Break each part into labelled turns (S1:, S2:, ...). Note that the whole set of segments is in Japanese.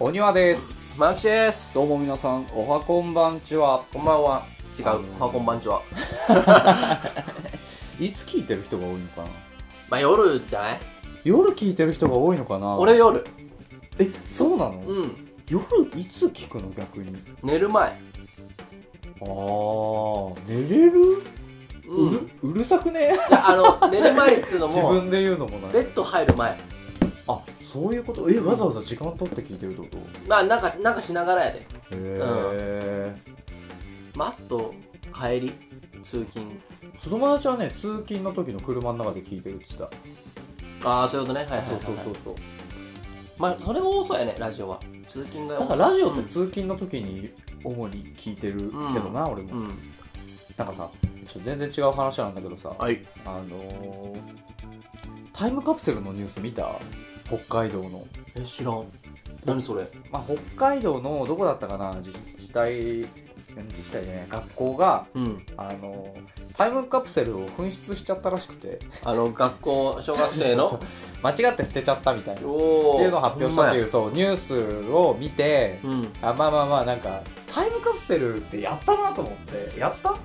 S1: お庭です。
S2: マキシです
S1: どうも皆さん、おはこんばんちは。
S2: こんばんは違う
S1: あの
S2: おはこんばんちはい
S1: つ聞いてる人が多いのかな
S2: まあ夜じゃない
S1: 夜聞いてる人が多いのかな
S2: 俺夜
S1: え、そうなの、
S2: うん
S1: 夜いつ聞くの逆に。
S2: 寝る前
S1: あー、寝れる、う
S2: うんい
S1: るうるさくね
S2: やあの寝る前っつうの
S1: 自
S2: も
S1: 分で言うのもな
S2: ベ
S1: い。
S2: ッド入る前
S1: あ、そういうことえ、わざわざ時間取って聞いてるってこ
S2: まあなんかなんかしながらやで
S1: とへー。
S2: まああと帰り通勤
S1: その友達はね、通勤の時の車の中で聞いてるって言って
S2: ああそういうことねはい
S1: た。
S2: はいはい、
S1: そ
S2: は
S1: う
S2: い、
S1: そうそうそう。
S2: まあそれが多そうやねラジオは通勤が
S1: なんかラジオって通勤の時に主に聞いてるけどな、俺も、
S2: うん、
S1: なんかさちょっと全然違う話なんだけどさ、
S2: はい
S1: あのー、タイムカプセルのニュース見た北海道の、
S2: え知らん何それ
S1: まあ、北海道のどこだったかな自治体自治体じゃない学校が、
S2: うん
S1: あのータイムカプセルを紛失しちゃったらしくて
S2: あの学校小学生
S1: そう
S2: の
S1: そう間違って捨てちゃったみたいなっ
S2: おお
S1: ていうのを発表したというそうニュースを見て、
S2: うん
S1: あまあまあまあなんかタイムカプセルってやったなと思ってやった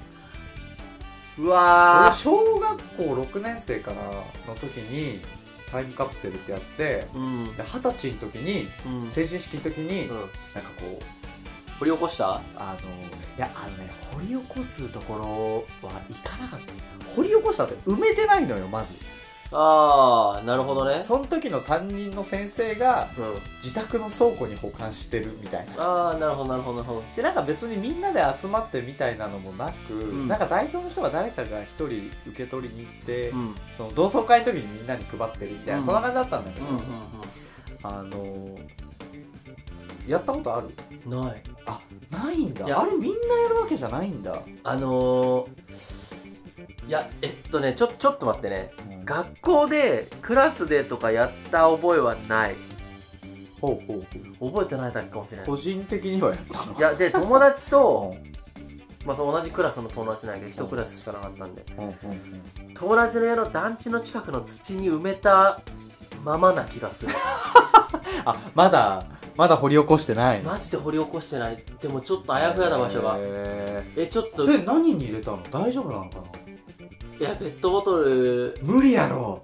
S2: うわ
S1: 俺
S2: ー
S1: 小学校6年生かなの時にタイムカプセルってやって
S2: うん、
S1: で二十歳の時に
S2: うん
S1: 成人式の時に、
S2: うん、
S1: なんかこう
S2: 掘り起こした
S1: あのいやあのね掘り起こすところはいかなかった掘り起こしたって埋めてないのよまず
S2: ああなるほどね
S1: その時の担任の先生が
S2: うん
S1: 自宅の倉庫に保管してるみたいな
S2: ああなるほどなるほどなるほ
S1: でなんか別にみんなで集まってみたいなのもなく、
S2: ん
S1: なんか代表の人が誰かが一人受け取りに行って、
S2: どうん
S1: その同窓会の時にみんなに配ってるみたいな、
S2: うん
S1: そんな感じだったんだけど、
S2: う
S1: あのやったことある
S2: んうんない
S1: あないんだ
S2: いや
S1: あれみんなやるわけじゃないんだ、
S2: あのー、いやえっとねちょちょっと待ってね学校でクラスでとかやった覚えはない
S1: ほうほうほう
S2: 覚えてないだけかもしれない
S1: 個人的にはやったの
S2: いやで友達 と、
S1: う
S2: まあ、その同じクラスの友達なんやけど1クラスしかなかったんで
S1: んうん
S2: 友達の家の団地の近くの土に埋めたままな気がする
S1: あまだまだ掘り起こしてない
S2: マジで掘り起こしてないでもちょっとあやふやな場所が
S1: へ
S2: えちょっ
S1: ー
S2: と
S1: それ何に入れたの大丈夫なのかない
S2: やペットボトル
S1: 無理やろ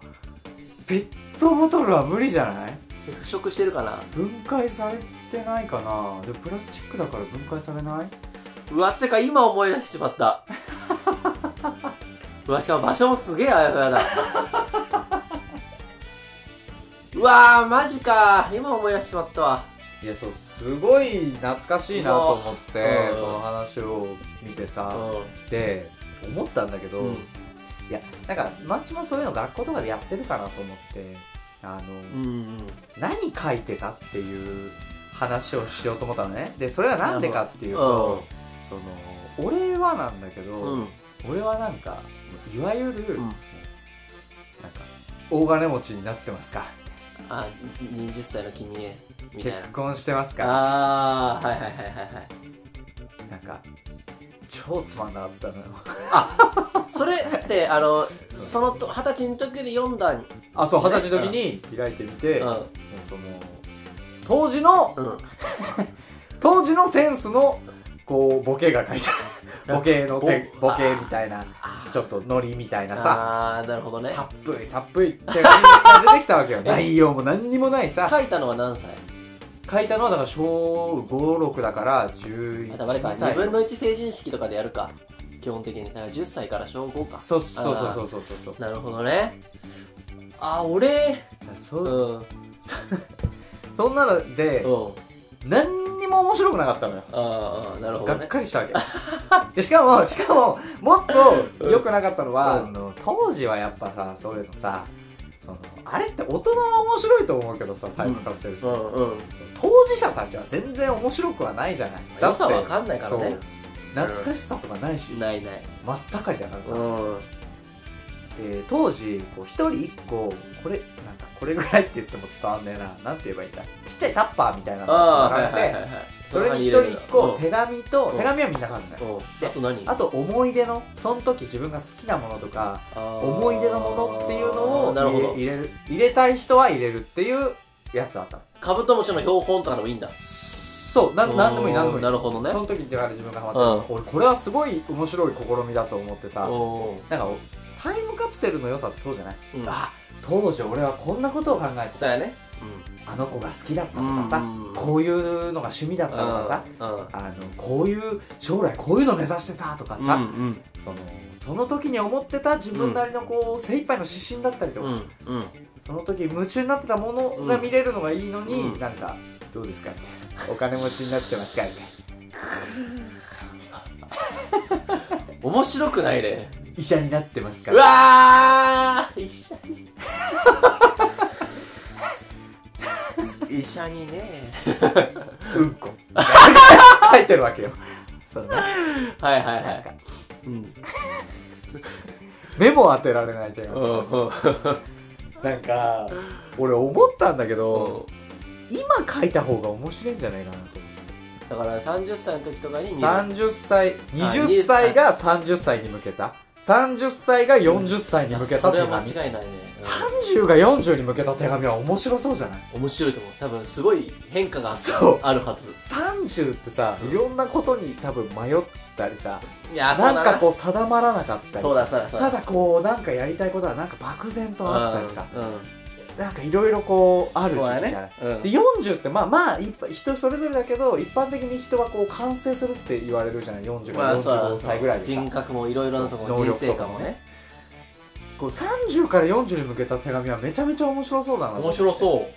S1: ペットボトルは無理じゃない
S2: 腐食してるかな
S1: 分解されてないかなでプラスチックだから分解されないう
S2: わてか今思い出してしまったうわしかも場所もすげえあやふやだうわーマジか今思い出してしまったわ
S1: いやそうすごい懐かしいなと思って
S2: うん
S1: その話を見てさ
S2: う
S1: で思ったんだけど、
S2: ん
S1: いやなんかマッチもそういうの学校とかでやってるかなと思ってあの、
S2: うんうん
S1: 何書いてたっていう話をしようと思ったのねでそれはなんでかっていうとその俺はなんだけど、
S2: うん
S1: 俺はなんかいわゆる、
S2: うん
S1: なんか大金持ちになってますか
S2: あ20歳の君へみたい
S1: 結
S2: な
S1: 婚してますか
S2: ああはいはいはいはいはい
S1: なんか超つまんなかったのよ
S2: それってあのそのと二十歳の時で読んだん
S1: あそう二十歳の時に開いてみて、もう
S2: う
S1: その当時の
S2: んうん
S1: 当時のセンスのこうボケが書い てあるボケの手
S2: ぼ
S1: ボケみたいなちょっとノリみたいなさ
S2: ああーなるほどね
S1: さっぷいさっぷいって感じが出てきたわけ よ内容も何にもないさ
S2: 書いたのは何歳
S1: 書いたのはだから小56だから
S2: あとあれ
S1: 11
S2: か2
S1: 歳
S2: 分の1成人式とかでやるか基本的にだから10歳から小5か
S1: そうそうそうそうそうそう
S2: なるほどねあ俺
S1: そううん
S2: うん
S1: そんなので、何にも面白くなかったのよ。
S2: ああなるほ
S1: が
S2: ど
S1: っ
S2: ね
S1: かりしたわけ。で、しかも、しかも、もっと良くなかったのは、
S2: うん
S1: あの当時はやっぱさ、そういうのさ、そのあれって大人は面白いと思うけどさ、タイムカプセルって、
S2: うんうん
S1: その当事者たちは全然面白くはないじゃない。
S2: 良さわかんないからね
S1: そう懐かしさとかないし、
S2: ないない
S1: 真っ盛りだからさ。
S2: うん
S1: で当時こう一人一個これなんかこれぐらいって言っても伝わんねえななんて言えばいいんだちっちゃいタッパーみたいなの
S2: ああ
S1: が
S2: は
S1: 並べ
S2: いはい
S1: て
S2: はいはい
S1: それに一人一個
S2: うん
S1: 手紙と
S2: うん
S1: 手紙はみんな買うんだよ
S2: うんあと何
S1: あと思い出のその時自分が好きなものとか
S2: あー
S1: 思い出のものっていうのを
S2: なる
S1: 入
S2: ほ
S1: れ
S2: ど
S1: 入れる入れたい人は入れるっていうやつあったの
S2: カブトムシの標本とかでもいいんだ。
S1: そうななんでもいいなんでもいい
S2: なるほどね
S1: そ。の時にあれ自分がハマったのが、俺これはすごい面白い試みだと思ってさ
S2: おー
S1: なんかタイムカプセルの良さってそうじゃない、
S2: うん
S1: あ当時俺はこんなことを考えて
S2: そ
S1: た
S2: うやね。
S1: あの子が好きだったと
S2: うん
S1: かさ、
S2: うん
S1: こういうのが趣味だったとかさ、
S2: うん
S1: あのこういう将来こういうの目指してたとかさ、
S2: うん
S1: そのその時に思ってた自分なりのこう、精一杯の指針だったりと
S2: うん
S1: か、
S2: うんうん
S1: その時夢中になってたものが見れるのがいいのに、
S2: うん
S1: なんかどうですかみたいなお金持ちになってますかみたいな
S2: 面白くないね。
S1: 医者になってますか
S2: う
S1: ら
S2: わー医者に医者にね
S1: うんこ書いてるわけよそうね
S2: はいはいはいうん
S1: 目も当てられないけ
S2: う
S1: ど
S2: んうん
S1: なんか俺思ったんだけど、今書いた方が面白いんじゃないかなと
S2: だから30歳の時とかに見る
S1: 30歳20歳が30歳に向けた30歳が40歳に向けた
S2: そ
S1: 手
S2: れは
S1: 紙
S2: 間違いないね
S1: 30が40に向けた手紙は面白そうじゃない
S2: 面白いと思う多分すごい変化が
S1: そう
S2: あるはず
S1: 30ってさ
S2: うん
S1: いろんなことに多分迷ったりさ
S2: いやそうだ
S1: なんかこう定まらなかったり
S2: そう
S1: さ
S2: だそうだそう
S1: た
S2: だ
S1: だこうなんかやりたいことはなんか漠然とあったりさ
S2: うん
S1: なんかいろいろこうあ
S2: う
S1: る
S2: ん
S1: 時
S2: そうだ
S1: 期じゃな
S2: ね
S1: い
S2: うん
S1: で40ってまあまあ一般人それぞれだけど一般的に人はこう完成するって言われるじゃない40
S2: ま
S1: から
S2: あそうだ
S1: 45歳ぐらいでさ
S2: 人格もいろいろなとこ
S1: そう
S2: ろ人生観も
S1: 能
S2: ね
S1: こう30から40に向けた手紙はめちゃめちゃ面白そうだなと思
S2: 面
S1: って
S2: 白そ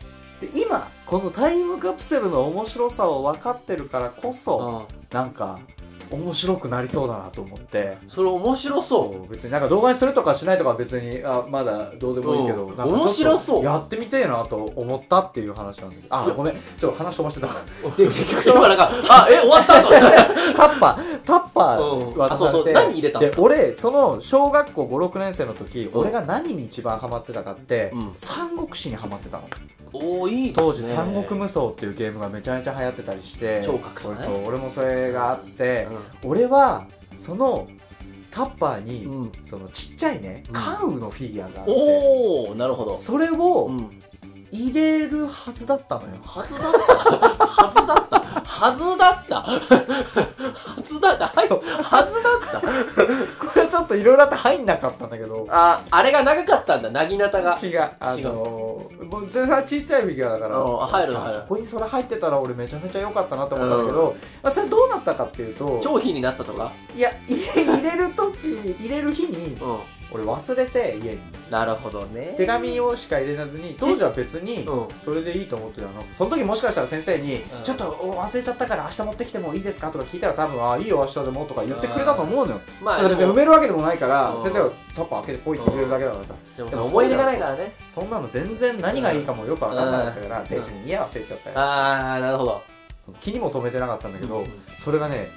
S2: う
S1: で今このタイムカプセルの面白さを分かってるからこそ、
S2: うん
S1: なんか面白くなりそうだなと思って
S2: それ面白そう
S1: こう別になんか動画にするとかしないとかは別にあまだどうでもいいけど、
S2: うん
S1: なんかちょっと
S2: 面白そう
S1: やってみてえなと思ったっていう話なんだけどあごめんちょっと話飛ば してた
S2: で結局今なんか「あえ終わった!」とか
S1: タッパータッパー渡されて、
S2: うんあそうそう何入れたんすか
S1: で俺その小学校56年生の時、俺が何に一番ハマってたかって、
S2: うん
S1: 三国志にハマってたの
S2: おーいいですね
S1: 当時「三国無双」っていうゲームがめちゃめちゃ流行ってたりして
S2: 聴覚とか
S1: 俺
S2: ね
S1: そう俺もそれがあって
S2: うん、
S1: 俺はそのタッパーに、
S2: うん、
S1: そのちっちゃいね
S2: うん
S1: 関羽のフィギュアがあって、
S2: おおなるほど
S1: それを
S2: ん、
S1: 入れるはずだったのよ
S2: はずだったはずだったはずだったはずだったはいはずだった
S1: これはちょっといろいろあって入んなかったんだけど
S2: ああれが長かったんだなぎなたが
S1: 違うあのーもう全然小さいフィギュアだから
S2: うんあ入る
S1: さ
S2: 入る
S1: そこにそれ入ってたら俺めちゃめちゃ良かったなと思ったんだけど、まあ、それどうなったかっていうと
S2: 超品になったとか
S1: いや入れ入れる時入れる日に
S2: うん
S1: 俺忘れて家に
S2: なるほどね
S1: 手紙をしか入れなずに当時は別に
S2: うん
S1: それでいいと思ってたのその時もしかしたら先生に、
S2: ん
S1: ちょっと忘れちゃったから明日持ってきてもいいですかとか聞いたら多分あいいよ明日でもとか言ってくれたと思うのよ
S2: ま
S1: た
S2: あ
S1: だ別
S2: で
S1: に埋
S2: も
S1: めるわけでもないから
S2: うん
S1: 先生はタッパー開けてポイって入れるだけだからさ
S2: でも思い出がないからね
S1: そんなの全然何がいいかもよくわかんなかったから
S2: ん
S1: 別に家忘れちゃったよ
S2: ああなるほど
S1: その気にも留めてなかったんだけど、
S2: うん
S1: それがね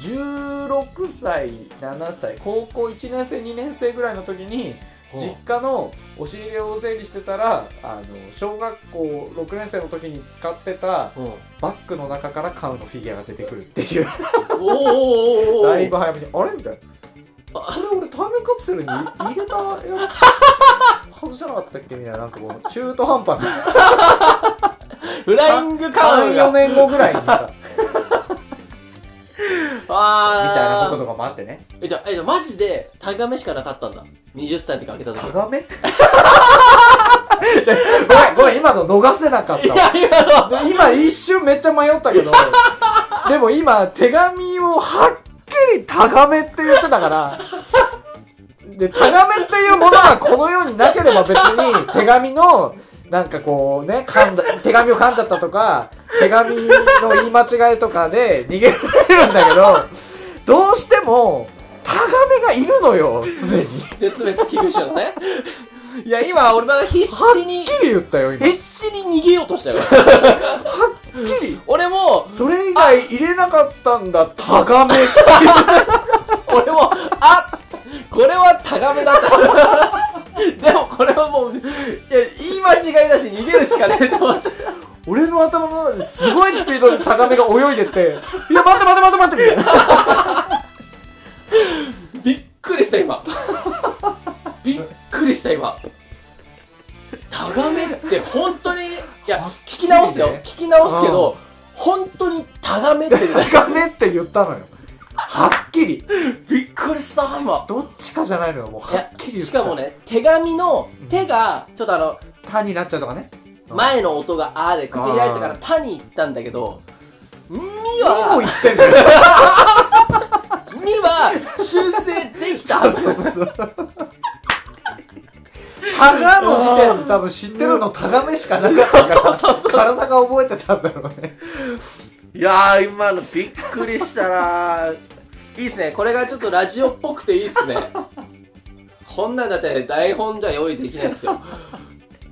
S1: 16歳7歳高校1年生2年生ぐらいの時に
S2: ほう
S1: 実家の押し入れを整理してたらあの小学校6年生の時に使ってた
S2: うん、
S1: バッグの中からカウのフィギュアが出てくるっていう
S2: おーおーおーおー
S1: だいぶ早めにあれみたいなあれ俺タイムカプセルに入れたやつ外じゃなかったっけみたいななんかこう中途半端な
S2: フライングカウン
S1: 34
S2: が
S1: 年後ぐらいにさみ
S2: あー
S1: たいなこととかもあってね
S2: えじゃあえじゃあマジでタガメしかなかったんだ20歳の時開けた時
S1: タガメちょごめんごめん今の逃せなかったわ
S2: いや今の
S1: で今一瞬めっちゃ迷ったけ どでも今手紙をはっきりタガメって言ってたからでタガメっていうものはこの世になければ別に手紙のなんかこうね噛んだ手紙を噛んじゃったとか手紙の言い間違いとかで逃げられるんだけどどうしてもタガメがいるのよすでには
S2: 絶滅危惧種のね いや今俺まだ必死に
S1: っきり言ったよ今
S2: 必死に逃げようとしたよ
S1: はっきり
S2: 俺も
S1: それ以外入れなかったんだタガメって
S2: 俺もあこれはタガメだと でもこれはもういや言い間違いだし逃げるしかねえと思って
S1: 俺の頭の中ですごいスピードでタガメが泳いでって、いや、待って待って待って待ってみたいな。
S2: びっくりした今びっくりした今タガガメって本当に、いや、聞き直すよ。聞き直すけど、本当にタガメって 言う
S1: タガメって言ったのよはっきり
S2: びっくりした、今。
S1: どっちかじゃないのよもう
S2: い
S1: は
S2: や
S1: っきり言った
S2: しかもね、手紙の手が、ちょっとあの、
S1: 「た」になっちゃうとかね
S2: 前の音があーで口開いてたから、
S1: あー
S2: タに行ったんだけど、
S1: 「
S2: ミ
S1: に」も
S2: は、
S1: 言ってんだよ
S2: ミは修正できたはず。
S1: そうそうタガの時点で多分知ってるのタガメしかなかったから
S2: そうそうそう
S1: 体が覚えてたんだろうね
S2: いやー、今のびっくりしたなー。いいっすね。これがちょっとラジオっぽくていいっすね。こんなんだって台本じゃ用意できないですよ。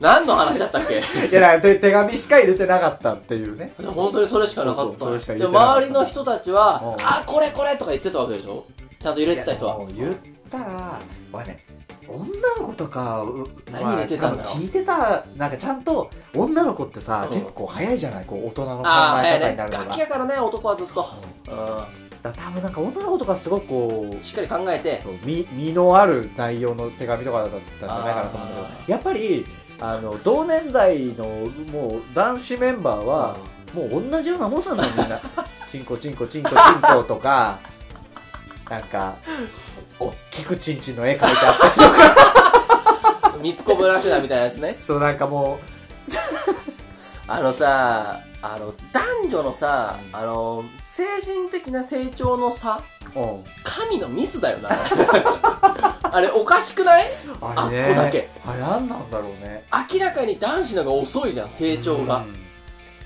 S2: 何の話だったっけ
S1: いやだから手手紙しか入れてなかったっていうね
S2: 本当にそれしかなかっ
S1: そう
S2: た。
S1: そうそれしか入
S2: で
S1: れてなかった
S2: 周りの人たちは
S1: うん、
S2: あ、これこれとか言ってたわけでしょちゃんと入れてた人
S1: いや
S2: は。
S1: もう言ったら俺ね女の子とかう
S2: 何
S1: まあ
S2: 入れてたんだろう
S1: 多分聞いてたなんかちゃんと女の子ってさ、
S2: うん
S1: 結構早いじゃないこう大人の考
S2: あー、
S1: え
S2: は
S1: 方
S2: い
S1: にな
S2: ね。
S1: るの
S2: 楽
S1: が、
S2: 器やからね、男はずっと。
S1: だから多分なんか女の子とかすごくこ
S2: うん
S1: う
S2: しっかり考えて。
S1: そう身身のある内容の手紙とかだったんじゃないかなと思うんだけどやっぱりあの同年代のもう男子メンバーは、もう同じようなもんなんだよみんな チンコチンコチンコチンコとかなんかおっきくチンチンの絵描いてあったりとか
S2: 三つこぶらせだみたいなやつ ね。
S1: そうなんかも
S2: あのさ、あの、男女のさ、あの、精神的な成長の差、
S1: う、うん、
S2: 神のミスだよな。 あれ、おかしくない
S1: あれ
S2: あっ
S1: ね
S2: こだけ
S1: あれなんなんだろうね
S2: 明らかに男子の方が遅いじゃん、成長
S1: う
S2: が。
S1: ん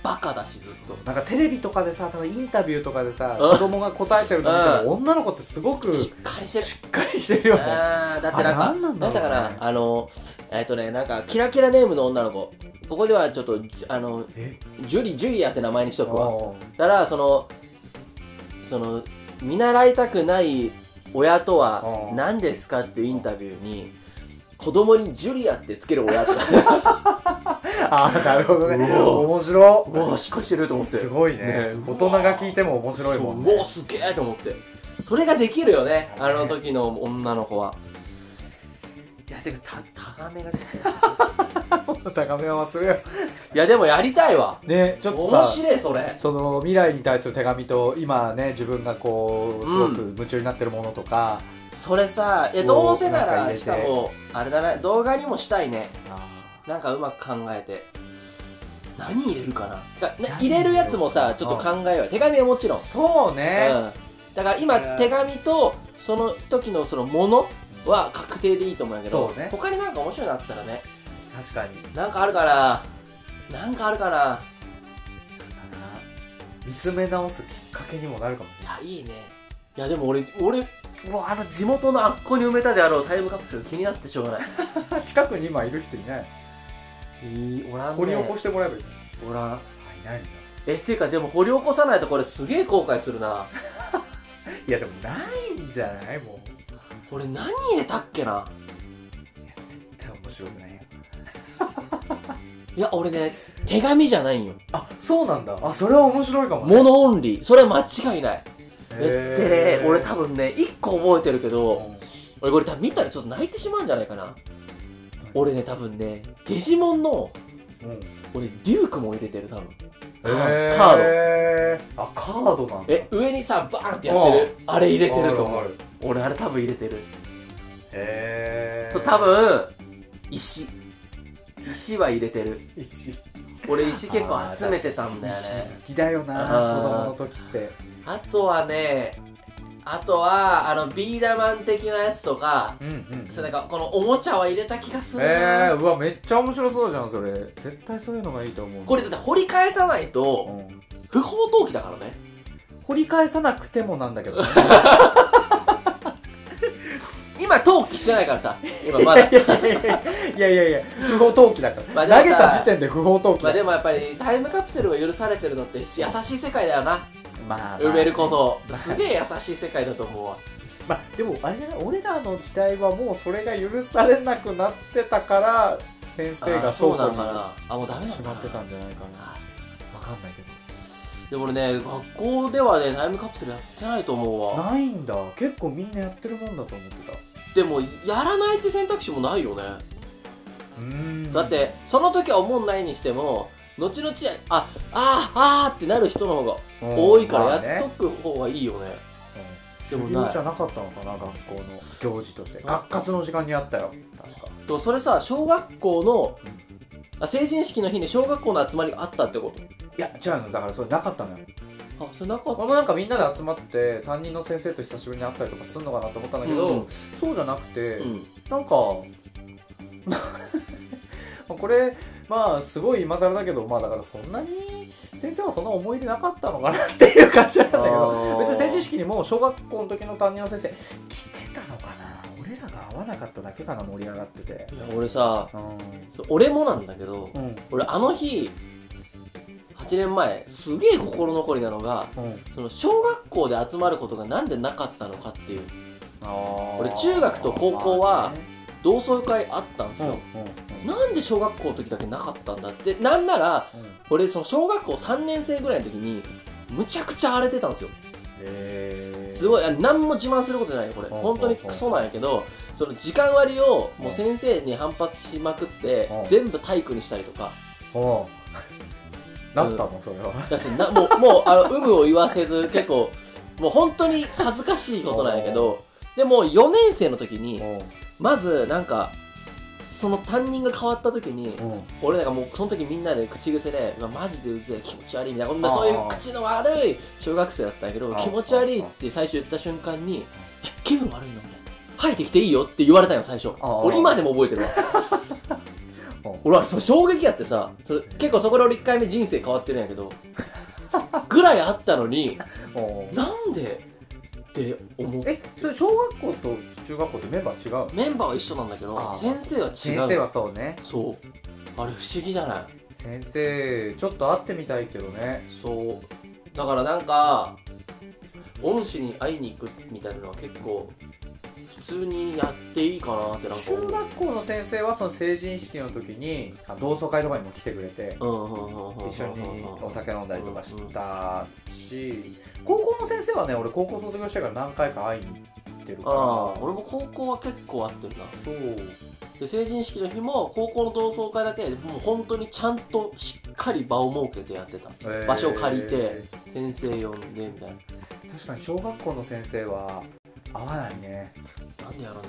S2: バカだし、ずっと。
S1: なんかテレビとかでさ多分インタビューとかでさ
S2: うん
S1: 子供が答えてるの見ても女の子ってすごく
S2: し
S1: し
S2: っかりしてる。
S1: っかりしてるよね
S2: あーだってなん
S1: あれ何なんだろ
S2: か、だ
S1: う
S2: か
S1: ね
S2: ら、あの、えっとね、なんか、キラキラネームの女の子。ここではちょっと、じあの、
S1: え
S2: ジュリ、ジュリアって名前にしとくわ。
S1: おう
S2: だから、その、その、見習いたくない親とは
S1: うん
S2: 何ですかっていうインタビューに、子供にジュリアってつける親って、
S1: ああなるほどね
S2: うお
S1: 面白
S2: うわ、しっかりしてると思って。
S1: すごいね
S2: ね
S1: 大人が聞いても面白いもんね
S2: そううわ、すげえと思って。それができるよね、あ
S1: はい
S2: の時の女の子は。いや、てか、た、たがめが。い
S1: 高めは忘れよう
S2: や、でもやりたいわ。
S1: ねちょっと
S2: 面
S1: さ
S2: 白い、それ。
S1: その未来に対する手紙と今ね自分がこうすごく夢中になってるものとか、
S2: それさ、いや、どうせな
S1: なん
S2: ら、
S1: か入れて
S2: しかも、あれだね、動画にもしたいね。
S1: あ
S2: なんかうまく考えて。何入れるかなてかね
S1: 何
S2: 入れるやつもさ、ちょっと考えようよ。手紙はもちろん。
S1: ーそうね、
S2: うん、だから今
S1: うん
S2: 手紙とその時のそのものは確定でいいと思うんやけど、
S1: そうね
S2: 他になんか面白いのあったらね
S1: 確かに
S2: なんかあるかななんかあるかな
S1: 見つめ直すきっかけにもなるかもし
S2: いやいいねいやでも俺俺もうあの地元のあっこに埋めたであろうタイムカプセル気になってしょうがない
S1: れない近くに今いる人いない
S2: いいおらんね
S1: 掘り起こしてもらえばいい
S2: おらん
S1: あいないんだ
S2: えっていうかでも掘り起こさないとこれすげえ後悔するない
S1: やでもないんじゃないもう
S2: 俺何入れたっけない
S1: や絶対面白くないよ
S2: いや俺ね手紙じゃないんよ
S1: あそうなんだあそれは面白いかも、ね、
S2: モノオンリーそれは間違いないえ
S1: へ
S2: っ
S1: ー
S2: てね俺多分ね1個覚えてるけど、
S1: うん
S2: 俺これ多分見たらちょっと泣いてしまうんじゃないかな俺ね多分ねデジモンの
S1: うん
S2: 俺デュークも入れてる多分カーカード
S1: へーあカードなんだ
S2: え上にさバーンってやってるあれ入れてると思
S1: あ
S2: う
S1: るある
S2: 俺あれ多分入れてる
S1: へえ
S2: そう多分石石は入れてる
S1: 石
S2: 俺石結構集めてたんだよね
S1: 石好きだよな
S2: うん
S1: 子供の時って
S2: あとはねあとはあのビーダマン的なやつとか
S1: うんうん
S2: そうなんかこのおもちゃは入れた気がするな
S1: えー、うわめっちゃ面白そうじゃんそれ絶対そういうのがいいと思う
S2: これだって掘り返さないと
S1: うん
S2: 不法投棄だからね
S1: 掘り返さなくてもなんだけどね
S2: 今投棄してないからさ今ま だ
S1: いやいやいや不法投棄だか
S2: まあ
S1: ら、
S2: でもさ
S1: 投げた時点で不法投棄
S2: まあ
S1: だ
S2: でもやっぱりタイムカプセルが許されてるのって優しい世界だよな
S1: まあ
S2: 埋めること
S1: まあ
S2: すげえ優しい世界だと思うわ
S1: まあでもあれじゃない俺らの時代はもうそれが許されなくなってたから先生
S2: あー
S1: が
S2: そう
S1: 倉
S2: な
S1: 庫に
S2: んかなあもうダメな
S1: し
S2: ん
S1: ま
S2: だ
S1: ってたんじゃないかな
S2: あ
S1: わかんないけど
S2: ーでも俺ね学校ではねタイムカプセルやってないと思うわ
S1: ないんだ結構みんなやってるもんだと思ってた
S2: でもやらないって選択肢もないよね
S1: うん
S2: だってその時は思んないにしても後々あああーあーってなる人の方が多いからやっとく方がいいよね,、
S1: で
S2: で
S1: も
S2: もな
S1: 修行
S2: い
S1: じゃなかったのかな学校の行事として学活の時間にあったよ確か
S2: でもそれさ小学校のあ成人式の日に小学校の集まりがあったってこ
S1: いや違うのだからそれなかったのよ
S2: とあそれなかった
S1: 俺もなんかみんなで集まって担任の先生と久しぶりに会ったりとかするのかなと思ったんだけど、
S2: うん
S1: そうじゃなくて、
S2: うん
S1: なんか これまあすごい今更だけどまあだからそんなに先生はそんな思い出なかったのかなっていう感じなんだけ
S2: あ
S1: ど
S2: ー
S1: 別に成人式にも小学校の時の担任の先生来てたのかな俺らが合わなかっただけかな盛り上がってて
S2: いや俺さ
S1: う
S2: 俺もなんだけど
S1: んうん
S2: 俺あの日8年前すげえ心残りなのが
S1: うん
S2: その小学校で集まることがなんでなかったのかっていう
S1: 俺
S2: 俺中学と高校は同窓会あったんです
S1: うんうん
S2: よ、なんで小学校の時だけなかったんだってなんなら
S1: うん
S2: 俺その小学校3年生ぐらいの時にむちゃくちゃ荒れてたんですよ
S1: え
S2: すごいあ何も自慢することじゃないよこれ
S1: ほう
S2: 本当にクソなんやけどその時間割をもう先生に反発しまくって
S1: ほう
S2: 全部体育にしたりとか
S1: おうなったのそれは
S2: だってなもうもうあの有無を言わせず結構もう本当に恥ずかしいことなんやけどでも4年生の時に
S1: うん
S2: まずなんかその担任が変わった時に
S1: うん
S2: 俺なんかもうその時みんなで口癖で「まあマジでうぜえ気持ち悪い」みたいなこん
S1: あ
S2: な
S1: ー
S2: そういう口の悪い小学生だったんやけど
S1: あー
S2: 気持ち悪いって最初言った瞬間に「え気分悪いの?」みたいな「吐いてきていいよ」って言われたんよ最初
S1: あー
S2: 俺今でも覚えて るわ俺はそれ衝撃やってさそれ結構そこで俺1回目人生変わってるんやけどぐらいあったのに
S1: おう
S2: なんでって思う
S1: えそれ小学校と中学校ってメンバー違うの
S2: メンバーは一緒なんだけど
S1: あー
S2: 先生は違う
S1: 先生はそうね
S2: そうあれ不思議じゃない
S1: 先生ちょっと会ってみたいけどね
S2: そうだからなんか恩師に会いに行くみたいなのは結構普通にやっていいかなってなんか
S1: 中学校の先生はその成人式の時にあ同窓会とかにも来てくれて
S2: 思う
S1: 一緒にお酒飲んだりとかしたし高校の先生はね俺高校卒業してから何回か会いに行ってるから
S2: ああ俺も高校は結構会ってるな
S1: そう
S2: で成人式の日も高校の同窓会だけもう本当にちゃんとしっかり場を設けてやってた
S1: えー
S2: 場所借りて先生呼んでみたいな
S1: 確かに小学校の先生は会わないね
S2: なんでやろうね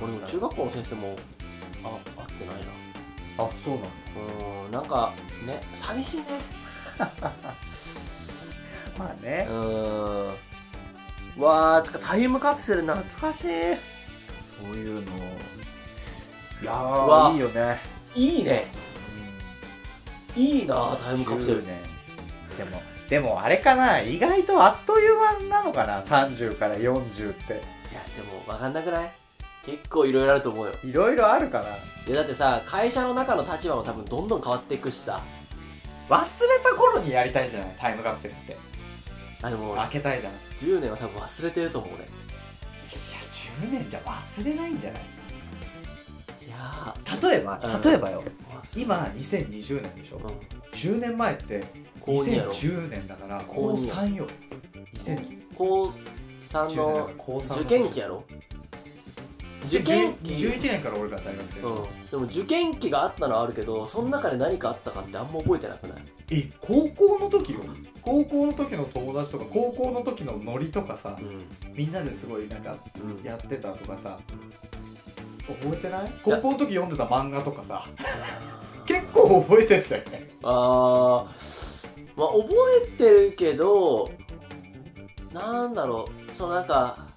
S2: 俺も中学校の先生もあ会ってないな
S1: あそうなの
S2: うーんなんかね寂しいね
S1: まあね
S2: うーんわあつかタイムカプセル懐かしい
S1: そういうのいや
S2: わ
S1: ーいいよね
S2: いいね
S1: うん
S2: いいなあタイムカプセル
S1: 10年でもでもあれかな意外とあっという間なのかな30から40って
S2: いやでも分かんなくない結構いろいろあると思うよ
S1: いろいろあるかない
S2: やだってさ会社の中の立場も多分どんどん変わっていくしさ
S1: 忘れた頃にやりたいじゃないタイムカプセルって
S2: あでも
S1: けたいじゃないい
S2: 10年は多分忘れてると思う俺
S1: や10年じゃ忘れないんじゃない
S2: いや
S1: 例えば
S2: うん
S1: 例えばよ、
S2: ー
S1: 今2020年でしょ、
S2: うん
S1: 10年前って
S2: 高2やろ
S1: 2010年だから
S2: 高
S1: 高
S2: 二
S1: 3よ2010
S2: 高3
S1: 年だから
S2: の
S1: 高3
S2: 受験期やろ受験期
S1: 11年から俺ら大学生、
S2: うん、でも受験期があったのはあるけどその中で何かあったかってあんま覚えてなくない
S1: え高校の時よ高校の時の友達とか高校の時のノリとかさ
S2: う
S1: みんなですごいなんか
S2: ん、うん、
S1: やってたとかさ
S2: うん
S1: 覚えてない高校の時読んでた漫画とかさ結
S2: 構
S1: 構覚えてたよね
S2: あーまあ覚えてるけどなんだろうそのなんか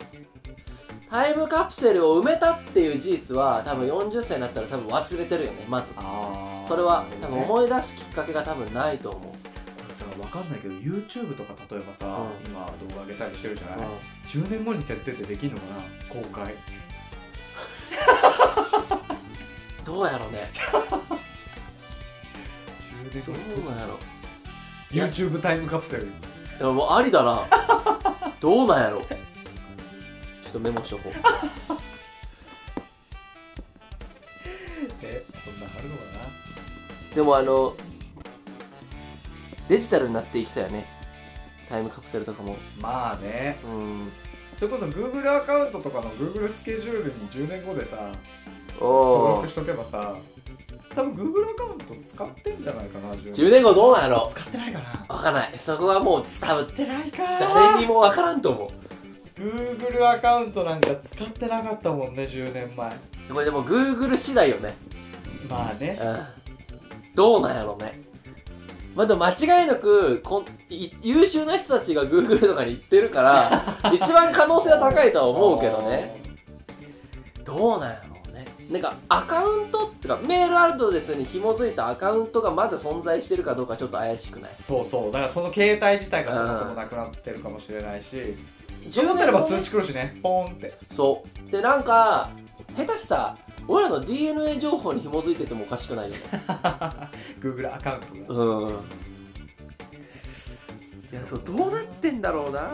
S2: タイムカプセルを埋めたっていう事実は多分40歳になったら多分忘れてるよねまず
S1: あ
S2: それは多分
S1: い
S2: 思い出すきっかけが多分ないと思う、
S1: さ分かんないけど YouTube とか例えばさ、
S2: う
S1: 今動画上げたりしてるじゃ
S2: う
S1: ない、10年後に設定ってできるのかな公開
S2: んどうやろうね
S1: 10
S2: ど
S1: 年
S2: うなんやろ
S1: 後 YouTube タイムカプセル
S2: いやもうありだなどうなんやろちょっとメモしとこう
S1: えこんなんあるのかな
S2: でもあのデジタルになっていきそうやねタイムカプセルとかも
S1: まあね
S2: うん
S1: それこそ Google アカウントとかの Google スケジュールに10年後でさ
S2: お
S3: 登
S2: お
S3: 録しとけばさ多分 Google アカウント使ってんじゃないかな10
S2: 10年後どうなの
S3: 使ってないかな
S2: わかんないそこはもう多分
S3: 使ってないか
S2: 誰にもわからんと思う
S3: Google アカウントなんか使ってなかったもんね10年前
S2: これでも Google 次第よね
S3: まあね
S2: うんどうなんやろうねまあでも間違いなくこんい優秀な人たちが Google とかに行ってるから 一番可能性は高いとは思うけどねどうなんやろうねなんかアカウントってかメールアドレスに紐づいたアカウントがまだ存在してるかどうかちょっと怪しくない
S3: そうそうだからその携帯自体がそもそもなくなってるかもしれないし
S2: 10
S3: 10年れば通知来るしねポーンって
S2: そうでなんか下手しさ俺らの DNA 情報に紐づいててもおかしくないよね
S3: Google アカウントが
S2: うんいやそうどうなってんだろうな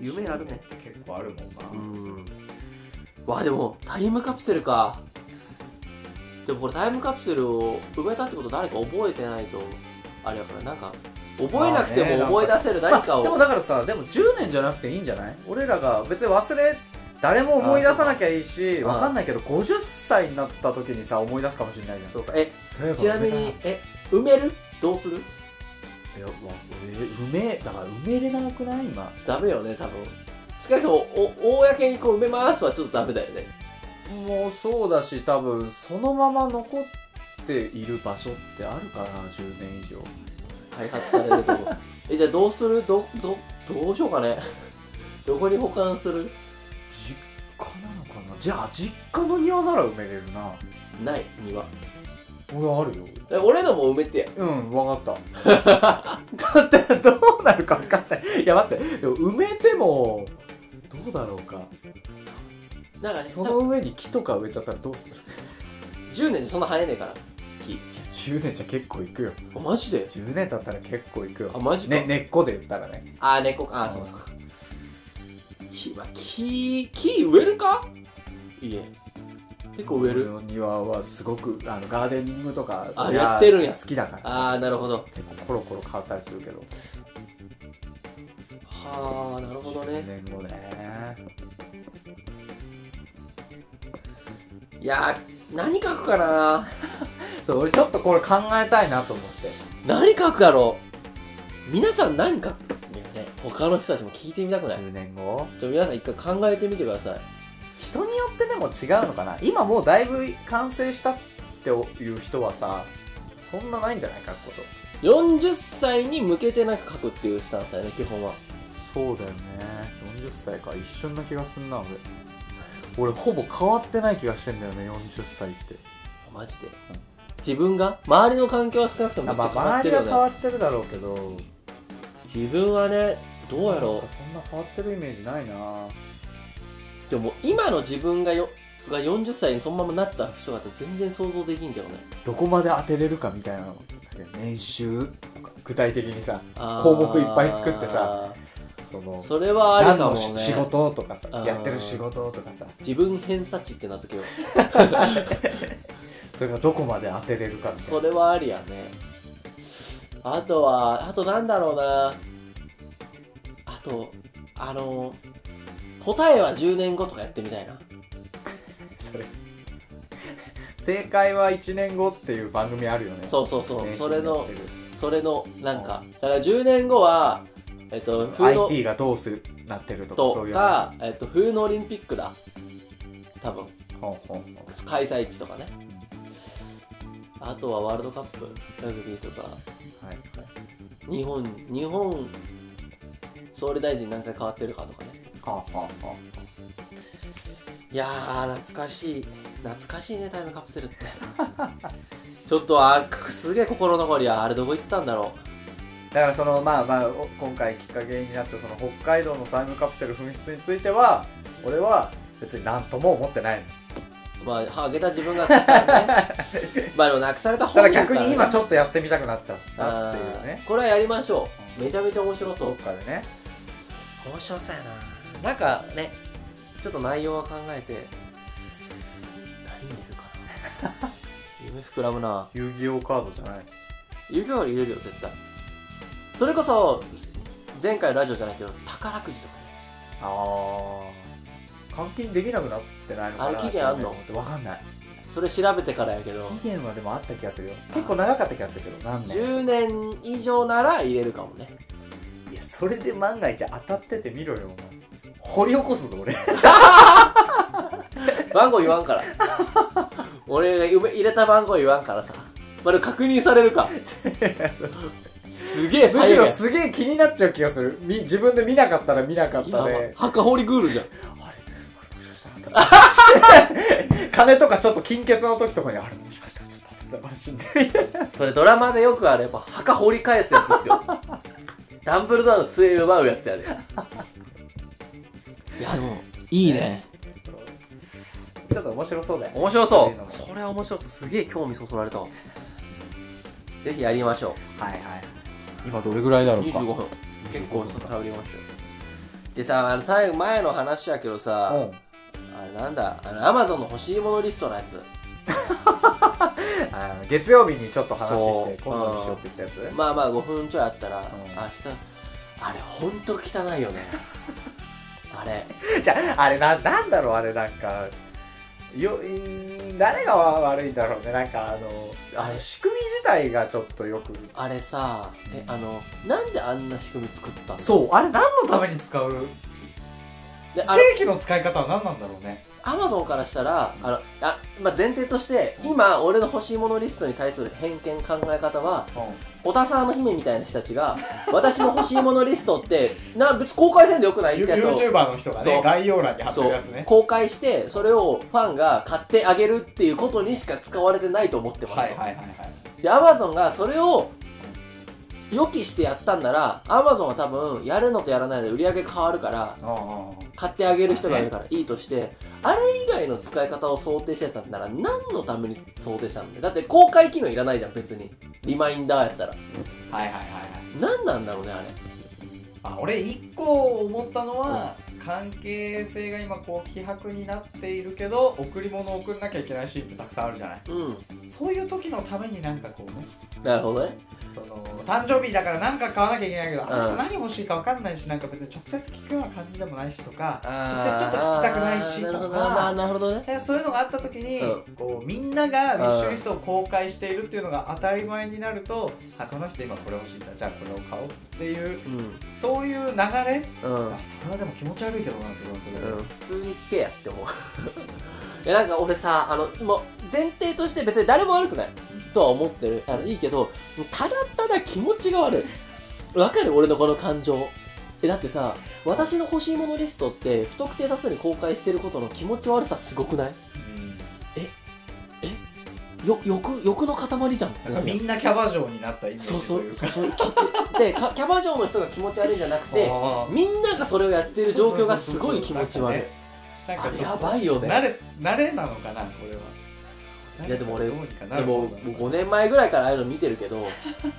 S2: 夢あるね
S3: 結構あるもんな、
S2: うんわでもタイムカプセルかでもこれタイムカプセルを埋めたってこと誰か覚えてないとあれやからなんか覚えなくて
S3: まあね
S2: も覚え出せる何か
S1: で
S2: を、
S1: もだからさでも10年じゃなくていいんじゃない俺らが別に忘れ誰も思い出さなきゃいいし
S2: ああ
S1: わかんないけど50歳になった時にさ思い出すかもしれないじゃん
S2: そうかえ
S1: そういえ
S2: ちなみ
S1: いや
S2: にえ埋めるどうする
S1: わ埋めだから埋めれなくない今
S2: ダメよね多分少なくともお公にこう埋めますはちょっとダメだよね
S1: もうそうだし多分そのまま残っている場所ってあるかな10年以上
S2: 開発されると思うえじゃあどうするどどどうしようかね どこに保管する
S1: 実家なのかなじゃあ実家の庭なら埋めれるな
S2: ない庭
S1: 俺あるよ
S2: え俺のも埋めてや
S1: うんわかった だってどうなるかわかんないいや待ってでも埋めてもどうだろうか
S2: だからね
S1: その上に木とか植えちゃったらどうする
S2: 10年でそんな生えねえから木
S1: 10年じゃ結構いくよ
S2: あマジで
S1: 10年経ったら結構いく
S2: あ
S1: よ、
S2: マジか、
S1: ね、根っこで言ったらね
S2: あ猫かあそうかそうか木まあ木木植えるかいいえ結構植え
S1: 俺
S2: る
S1: の庭はすごくあのガーデニングとか
S2: あ
S1: い
S2: やってるんや
S1: 好きだから
S2: ああなるほど
S1: 結構コロコロ変わったりするけど
S2: はあなるほど
S1: 10
S2: ね
S1: 年後ね
S2: いやー何書くかな
S1: そう俺ちょっとこれ考えたいなと思って
S2: 何書くやろう皆さん何書くいやね他の人たちも聞いてみたくないちょ
S1: 10年後
S2: っと皆さん一回考えてみてください
S1: 人によってでも違うのかな今もうだいぶ完成したっていう人はさそんなないんじゃないかこと
S2: 40歳に向けてなんか書くっていうスタンスだよね基本は
S1: そうだよね40歳か一緒な気がすんな俺俺ほぼ変わってない気がしてんだよね40歳って
S2: マジで、自分が周りの環境は少なくともめっち
S1: ま
S2: ゃ
S1: あ
S2: 変わっ
S1: 周
S2: て
S1: り
S2: るよ
S1: は変わ
S2: ね
S1: ってるだろうけど
S2: 自分はねどうやろ
S1: なんかそんな変わってるイメージないな
S2: うでも今の自分がよが40歳にそのままなった人だって全然想像できんけどね
S1: どこまで当てれるかみたいなの年収とか具体的にさ
S2: あー
S1: 項目いっぱい作ってさその
S2: それはあ
S1: 何
S2: るかも
S1: のし
S2: ね
S1: 仕事とかさ
S2: あー
S1: やってる仕事とかさ
S2: 自分偏差値って名付けよう
S1: それがどこまで当てれるかみたいな
S2: それはありやねあとはあとなんだろうなあとあの答えは10年後とかやってみたいな
S1: それ 正解は1年後っていう番組あるよね
S2: そうそうそう
S1: 年収
S2: それの
S1: によってる
S2: それのなんかだから10年後はえっと冬の
S1: IT がどうするなってるとかそ
S2: と
S1: ういうの
S2: か、えっと、冬のオリンピックだ多分
S1: ほんほんほん
S2: 開催地とかねあとはワールドカップラグビーとか
S1: はい
S2: 日本日本総理大臣何回変わってるかとかね
S1: はあはあはい
S2: やー懐かしい懐かしいねタイムカプセルって ちょっとあすげえ心残りやあれどこ行ったんだろ
S1: あだからそのまあまあお今回きっかけになったその北海道のタイムカプセル紛失については俺は別に何とも思ってないの
S2: うまああげた自分が買ったら ねまあでもなくされた
S1: た
S2: 本
S1: だ
S2: 人
S1: 逆に今
S2: ょ
S1: ちょっとやってみたくなっちゃった
S2: あ
S1: っていうね
S2: ーこれはやりましょう
S1: うん
S2: めちゃめちゃ面白そう
S1: どっかでね
S2: 面白そうやななんかねちょっと内容は考えて何入れるかな 夢膨らむな
S1: 遊戯王カードじゃない
S2: 遊戯王入れるよ絶対それこそ前回のラジオじゃないけど宝くじとかね
S1: ああ監禁できなくなってないのかな
S2: あれ期限あんの
S1: 分かんない
S2: それ調べてからやけど
S4: 期限はでもあった気がするよ結構長かった気がするけど何年
S2: 10年以上なら入れるかもね
S4: いやそれで万が一当たっててみろよお前掘り起こすぞ 俺
S2: 番号言わん から俺入れた番号言わんからさまだ確認されるかすげえ
S5: むしろ
S2: 再現
S5: すげえ気になっちゃう気がするみ自分で見なかったら見なかっ
S2: 今
S5: たで
S2: 墓掘りグールじゃん
S4: 金とかちょっと金欠の時とかにあれもしかして当たったら死んでるみたいな
S2: それドラマでよくあれやっぱ墓掘り返すやつ ですよダンブルドアの杖奪うやつやでいやでもいいね
S4: ちょっと面白そうだよ
S2: 面白そ
S4: いいのも
S2: うそれは面白そうすげえ興味そそられたわぜひやりましょ
S4: はいはい
S5: 今どれぐらいだ
S2: う25分結構ちょっと喋りましたよでさあの最後前の話やけどさ、
S4: うん
S2: あれなんだあのアマゾンの欲しいものリストのやつ
S4: あの月曜日にちょっと話
S2: そ
S4: し
S2: う
S4: て今度にしようって言ったやつ
S2: まあまあ5分ちょいあったら、
S4: ん
S2: あしたあれほんと汚いよ ねあれ
S4: じゃああれななんだろうあれなんかよいー誰が悪いんだろうねなんかあのあれ仕組み自体がちょっとよく
S2: あれさえあのなんであんな仕組み作ったの
S1: そうあれ何のために使う
S2: であの
S1: 正規の使い方は何なんだろうね
S2: アマゾンからしたらあのあ、まあ、前提として今俺の欲しいものリストに対する偏見考え方は小田沢の姫みたいな人た ちが私の欲しいものリストってな別に公開せんでよくないっ
S1: ユ
S2: てやつを
S1: YouTuber の人が
S2: そ
S1: ね
S2: う
S1: 概要欄に貼って
S2: そ
S1: る
S2: う
S1: やつね
S2: 公開してそれをファンが買ってあげるっていうことにしか使われてないと思ってます、
S1: はいはいはいはい
S2: でアマゾンがそれを予期してやったんならアマゾンは多分やるのとやらないので売り上げ変わるから買ってあげる人がいるからいいとしてあれ以外の使い方を想定してたんなら何のために想定したんだよだって公開機能いらないじゃん別にリマインダーやったら
S1: はいはいはいはい
S2: 何なんだろうねあれ
S1: あ俺一個思ったのは関係性が今こう希薄になっているけど贈り物を送んなきゃいけないシーンってたくさんあるじゃない
S2: うん
S1: そういう時のためになんかこうね
S2: なるほどね
S1: その誕生日だから何か買わなきゃいけないけど、あの
S2: うん
S1: 人何欲しいか分かんないしなんか別に直接聞くような感じでもないしとか
S2: あ
S1: 直接ちょっと聞きたくないし
S2: なるほ
S1: と
S2: どな
S1: か
S2: なるほどね
S1: えそういうのがあった時に、
S2: う
S1: こうみんながウィッシュリストを公開しているっていうのが当たり前になると、あこの人今これ欲しいんだじゃあこれを買おうっていう
S2: うん
S1: そういう流れ、
S2: うん
S1: あそれはでも気持ち悪いけどなんですよそれ、
S2: うん普通に聞けやって思う いやなんか俺さあのもう前提として別に誰も悪くないとは思ってるあのいいけどただただ気持ちが悪いわかる俺のこの感情えだってさ私の欲しいものリストって不特定多数に公開してることの気持ち悪さすごくないよ欲欲の塊じゃんって
S1: なんかみんなキャバ嬢になったイメージ
S2: そう
S1: と
S2: そう
S1: いう
S2: そ
S1: か
S2: うそうきでかキャバ嬢の人が気持ち悪いんじゃなくて
S1: あ
S2: みんながそれをやってる状況がすごい気持ち悪い
S1: ーなん
S2: あ
S1: か
S2: れ
S1: ちょ
S2: や
S1: っと
S2: ばいよね
S1: 慣れ慣れなのかなこれはい
S2: やでも俺
S1: どうにかな
S2: で
S1: る
S2: も
S1: も
S2: もう5年前ぐらいからああいうの見てるけ ど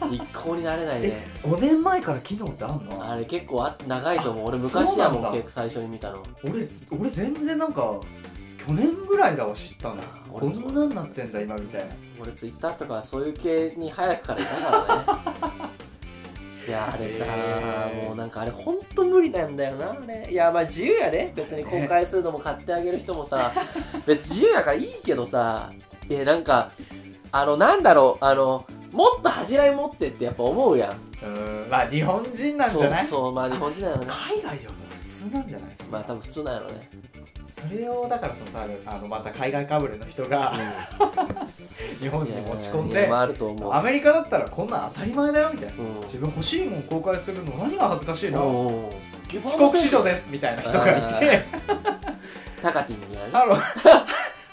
S2: 一向になれないね
S4: 5年前から機能ってあんの
S2: あれ結構あ長いと思う俺
S4: そ
S2: 昔
S4: うな
S2: や
S4: んだ
S2: もん結構最初に見たの
S4: 俺俺全然なんか
S1: 去年ぐらいだわ知ったの
S2: 俺
S1: こ
S2: も
S1: んなんなってんだ今みたいな
S2: 俺ツイッターとかそういう系に早くからいたからね いやあれさ、
S1: へー
S2: もうなんかあれほんと無理なんだよなあれいやまあ自由やで別に公開するのも買ってあげる人もさ別に自由やからいいけどさいやなんかあのなんだろうあのもっと恥じらい持ってってやっぱ思うやん
S1: うーんまあ日本人なんじ
S2: そ
S1: ゃ
S2: う
S1: ない
S2: そうまあ日本人だよね
S1: 海外ではもう普通なんじゃないですか、
S2: まあ多分普通なんやろうね
S1: それをだからその多分あのまた海外かぶれの人が 日本に持ち込ん
S2: いや
S1: で
S2: まああると思う
S1: アメリカだったらこんなん当たり前だよみたいな
S2: うん
S1: 自分欲しいもん公開するの何が恥ずかしいの
S2: おーギブアン
S1: 帰
S2: ド
S1: 国
S2: テイ
S1: 子
S2: ク
S1: 女ですみたいな人がいて
S2: タカティにやる
S1: ハ ロー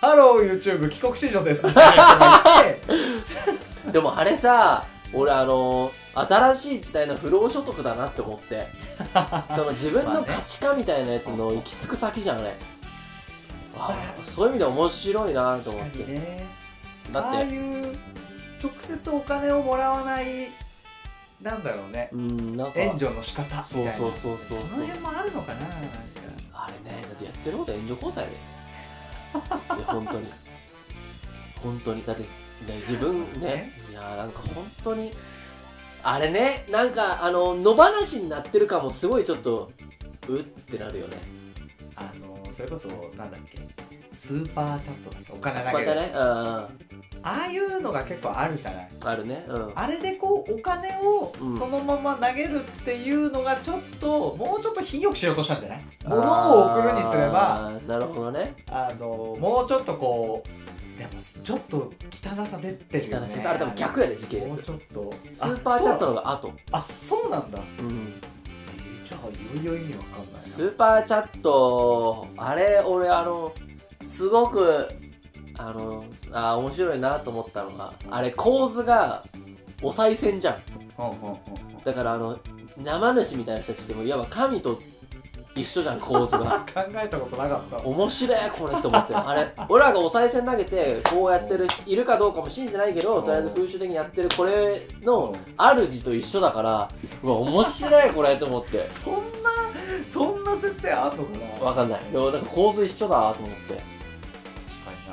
S1: ハロー YouTube 帰国子女ですみたいな人がいて
S2: でもあれさ俺あの新しい時代の不労所得だなって思ってその自分の価値観みたいなやつの行き着く先じゃんあれあーそういう意味で面白いなと思っ
S1: 確か
S2: て
S1: にね
S2: だ
S1: ああ
S2: っ
S1: い
S2: て
S1: う直接お金をもらわないなんだろうね
S2: うんなんか
S1: 援助の仕方みたいな
S2: そうそうそうそう
S1: その辺もあるのかななんか
S2: あれねだってやってることは援助交際でいや本当に本当にだって、ね、自分ね
S1: ね
S2: いやなんか本当にあれねなんかあの野放しになってる感もすごいちょっとうってなるよね
S1: あのそれこそなんだっけスーパーチャットだっけお金
S2: ス
S1: 投
S2: パ
S1: げ
S2: チャ
S1: る
S2: ねう
S1: ああいうのが結構あるじゃない
S2: んあるねうん
S1: あれでこうお金を
S2: うん
S1: そのまま投げるっていうのがちょっともうちょっと品よくしようとしたんじゃない物を送るにすれば
S2: あーなるほどね
S1: あのもうちょっとこうでもちょっと汚さ出てるよ
S2: 汚
S1: ね
S2: さあれ多分逆やで時系列
S1: もうちょっと
S2: スーパーチャットの方が後
S1: あそうなんだ
S2: うん
S1: じゃあいよいよ意味わかんないな
S2: スーパーチャットあれ俺あのすごくあのあー面白いなと思ったのがあれ構図がお賽銭じゃん
S1: うんうんうん
S2: だからあの生主みたいな人たちでもいわば神と一緒じゃん構図 が
S1: 考えたことなかった
S2: 面白いこれって思ってあれ俺らがお賽銭投げてこうやってるいるかどうかも信じてないけどとりあえず風習的にやってるこれの主と一緒だからうわ面白いこれと思って
S1: そんなそんな設定あんのかな
S2: わかんないでもなんか構図一緒だと思って
S1: 確か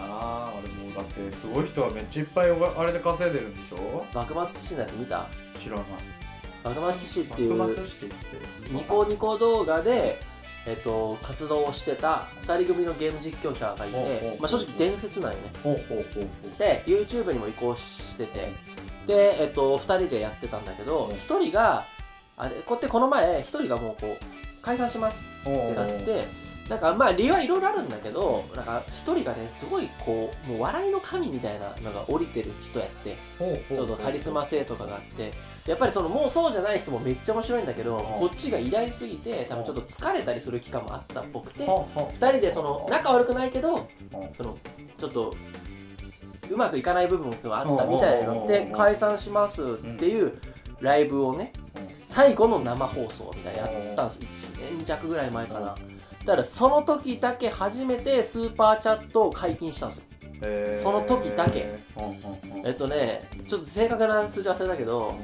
S1: になあれもうだってすごい人はめっちゃいっぱいおあれで稼いでるんでしょ
S2: 幕末市のやつ見た
S1: 知らない
S2: 幕末市っていう
S1: 末してって
S2: ニコニコ動画で、えっと、活動をしてた2人組のゲーム実況者がい
S1: おうおう
S2: て、まあ、正直伝説なんよね
S1: ほうほうほうほう
S2: で YouTube にも移行しててで、えっと、2人でやってたんだけど
S1: うん
S2: 1人があれこうやってこの前1人がもうこう解散しますってなってなんかまあ理由はいろいろあるんだけどなんか1人がねすごいこうもう笑いの神みたいなのが降りてる人やって
S1: ほうほう
S2: ちょっとカリスマ性とかがあってやっぱりそのもうそうじゃない人もめっちゃ面白いんだけどこっちが偉大すぎて多分ちょっと疲れたりする期間もあったっぽくて
S1: ほうほう
S2: 2人でその仲悪くないけど
S1: うん
S2: そのちょっとうまくいかない部分があったみたいなので解散しますっていうライブをね最後の生放送みたいなのやったんです1年弱ぐらい前かなだからその時だけ初めてスーパーチャットを解禁したんですよ
S1: えー
S2: その時だけ
S1: ほうほうほう
S2: えっとね、ちょっと正確な数字忘れたけど、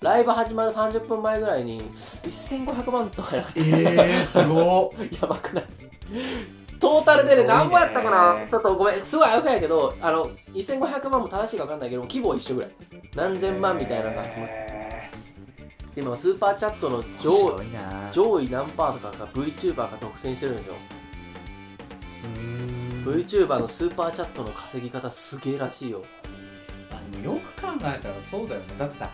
S2: ライブ始まる30分前ぐらいに、1500万とかやって、
S1: えーすごっ
S2: やばくないトータルで
S1: す
S2: ね、
S1: ごいね
S2: 何もやったかなちょっとごめん、すごいあやふややけど、あの、1500万も正しいか分かんないけど、規模は一緒ぐらい。何千万みたいなのが集まって、
S1: え
S2: 今、スーパーチャットの
S1: ー面
S2: 上
S1: 白いな
S2: 上位何パーとかが VTuber が独占してるんですよ。
S1: うーん
S2: VTuber のスーパーチャットの稼ぎ方すげえらしいよ。
S1: あでもよく考えたらそうだよねだってさ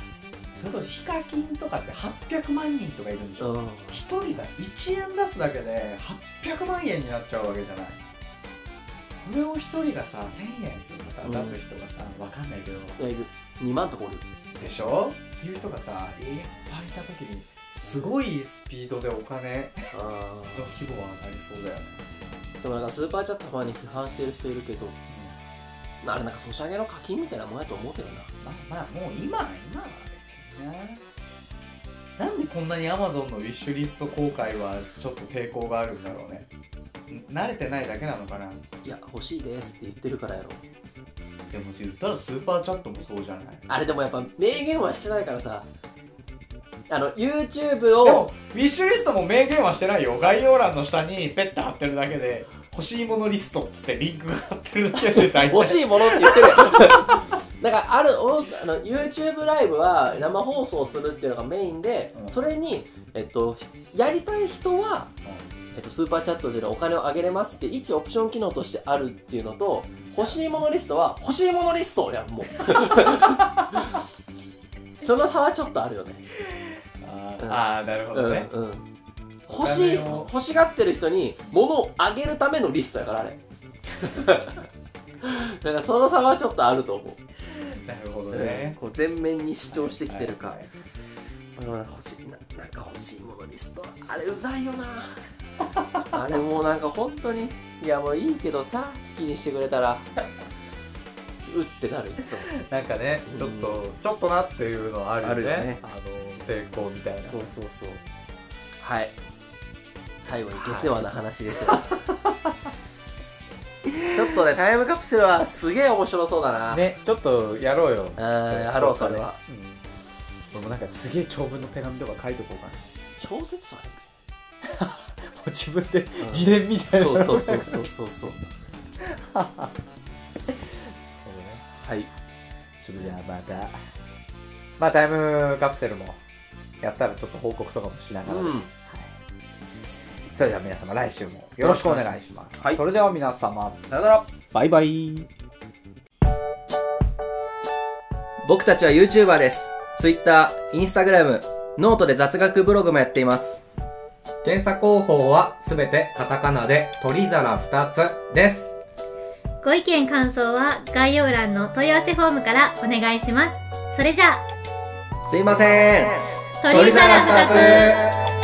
S1: それこそヒカキンとかって800万人とかいるんでし
S2: う
S1: ょ
S2: ん。
S1: 一人が1円出すだけで800万円になっちゃうわけじゃないそれを一人がさ1000円とかさ、
S2: うん
S1: 出す人がさわかんないけど
S2: いやいる。2万とかおる。
S1: でしょっていう人がさいっぱいいた時にすごいスピードでお金
S2: あー
S1: の規模は上がりそうだよね
S2: でもなんかスーパーチャットたまに批判してる人いるけど、まあ、あれなんかソシャゲの課金みたいなもんやと思うけどな。
S1: まあまあもう今今は別にななんでこんなに Amazon のウィッシュリスト公開はちょっと抵抗があるんだろうねん慣れてないだけなのかない
S2: や、欲しいですって言ってるからやろ。
S1: でも言ったらスーパーチャットもそうじゃない
S2: あれでもやっぱ明言はしてないからさ、あの、YouTube
S1: で
S2: を
S1: も、ウィッシュリストも明言はしてないよ。概要欄の下にペッて貼ってるだけで、欲しいものリストっつってリンクが貼ってるだけで大体。
S2: 欲しいものって言ってるやん。 なんかあるおあの YouTube ライブは生放送するっていうのがメインで、
S1: うん
S2: それに、えっと、やりたい人は、えっと、スーパーチャットでお金をあげれますって一オプション機能としてあるっていうのと欲しいものリストは欲しいものリスト やんもうその差はちょっとあるよね
S1: あ
S2: う
S1: ー
S2: ん
S1: あー、なるほ
S2: うん
S1: ど
S2: う
S1: ね。
S2: ん
S1: お
S2: 欲しい
S1: 金を
S2: 欲しがってる人に物をあげるためのリストやからあれ だからその差はちょっとあると思
S1: なるほど
S2: う,、
S1: ね。
S2: こう全面に主張してきてるか、
S1: はいはい
S2: うん欲しいななんか欲しいものリストあれうざいよな あれもうなんか本当にいやもういいけどさ好きにしてくれたらうってなるいつも
S6: なんかねちょっと、ちょっとなっていうのはあるよね
S2: あるよね
S6: あの抵抗みたいな
S2: そうそうそうはい最後に下世話な話ですよ、 ちょっとねタイムカプセルはすげえ面白そうだな、
S6: ねちょっとやろうよ
S2: うんやろうそれは、
S6: うん、俺もなんかすげえ長文の手紙とか書いておこう かな
S2: 小説はね
S6: もう自分で自伝みたいな、
S2: そうそうそうそうそうそうはい
S6: ちょっとじゃあまたまあタイムカプセルもやったらちょっと報告とかもしなが
S2: う
S6: らで、はい
S2: ん
S7: それでは皆様来週もよろしくお願いします、
S2: はい
S7: それでは皆様
S2: さよなら
S7: バイバイ
S2: 僕たちは YouTuber です。Twitter、Instagram、ノートで雑学ブログもやっています。
S1: 検査方法はすべてカタカナで鳥皿2つです
S8: ご意見感想は概要欄の問い合わせフォームからお願いします。それじゃあ、
S2: すいません。
S8: 鳥皿二つ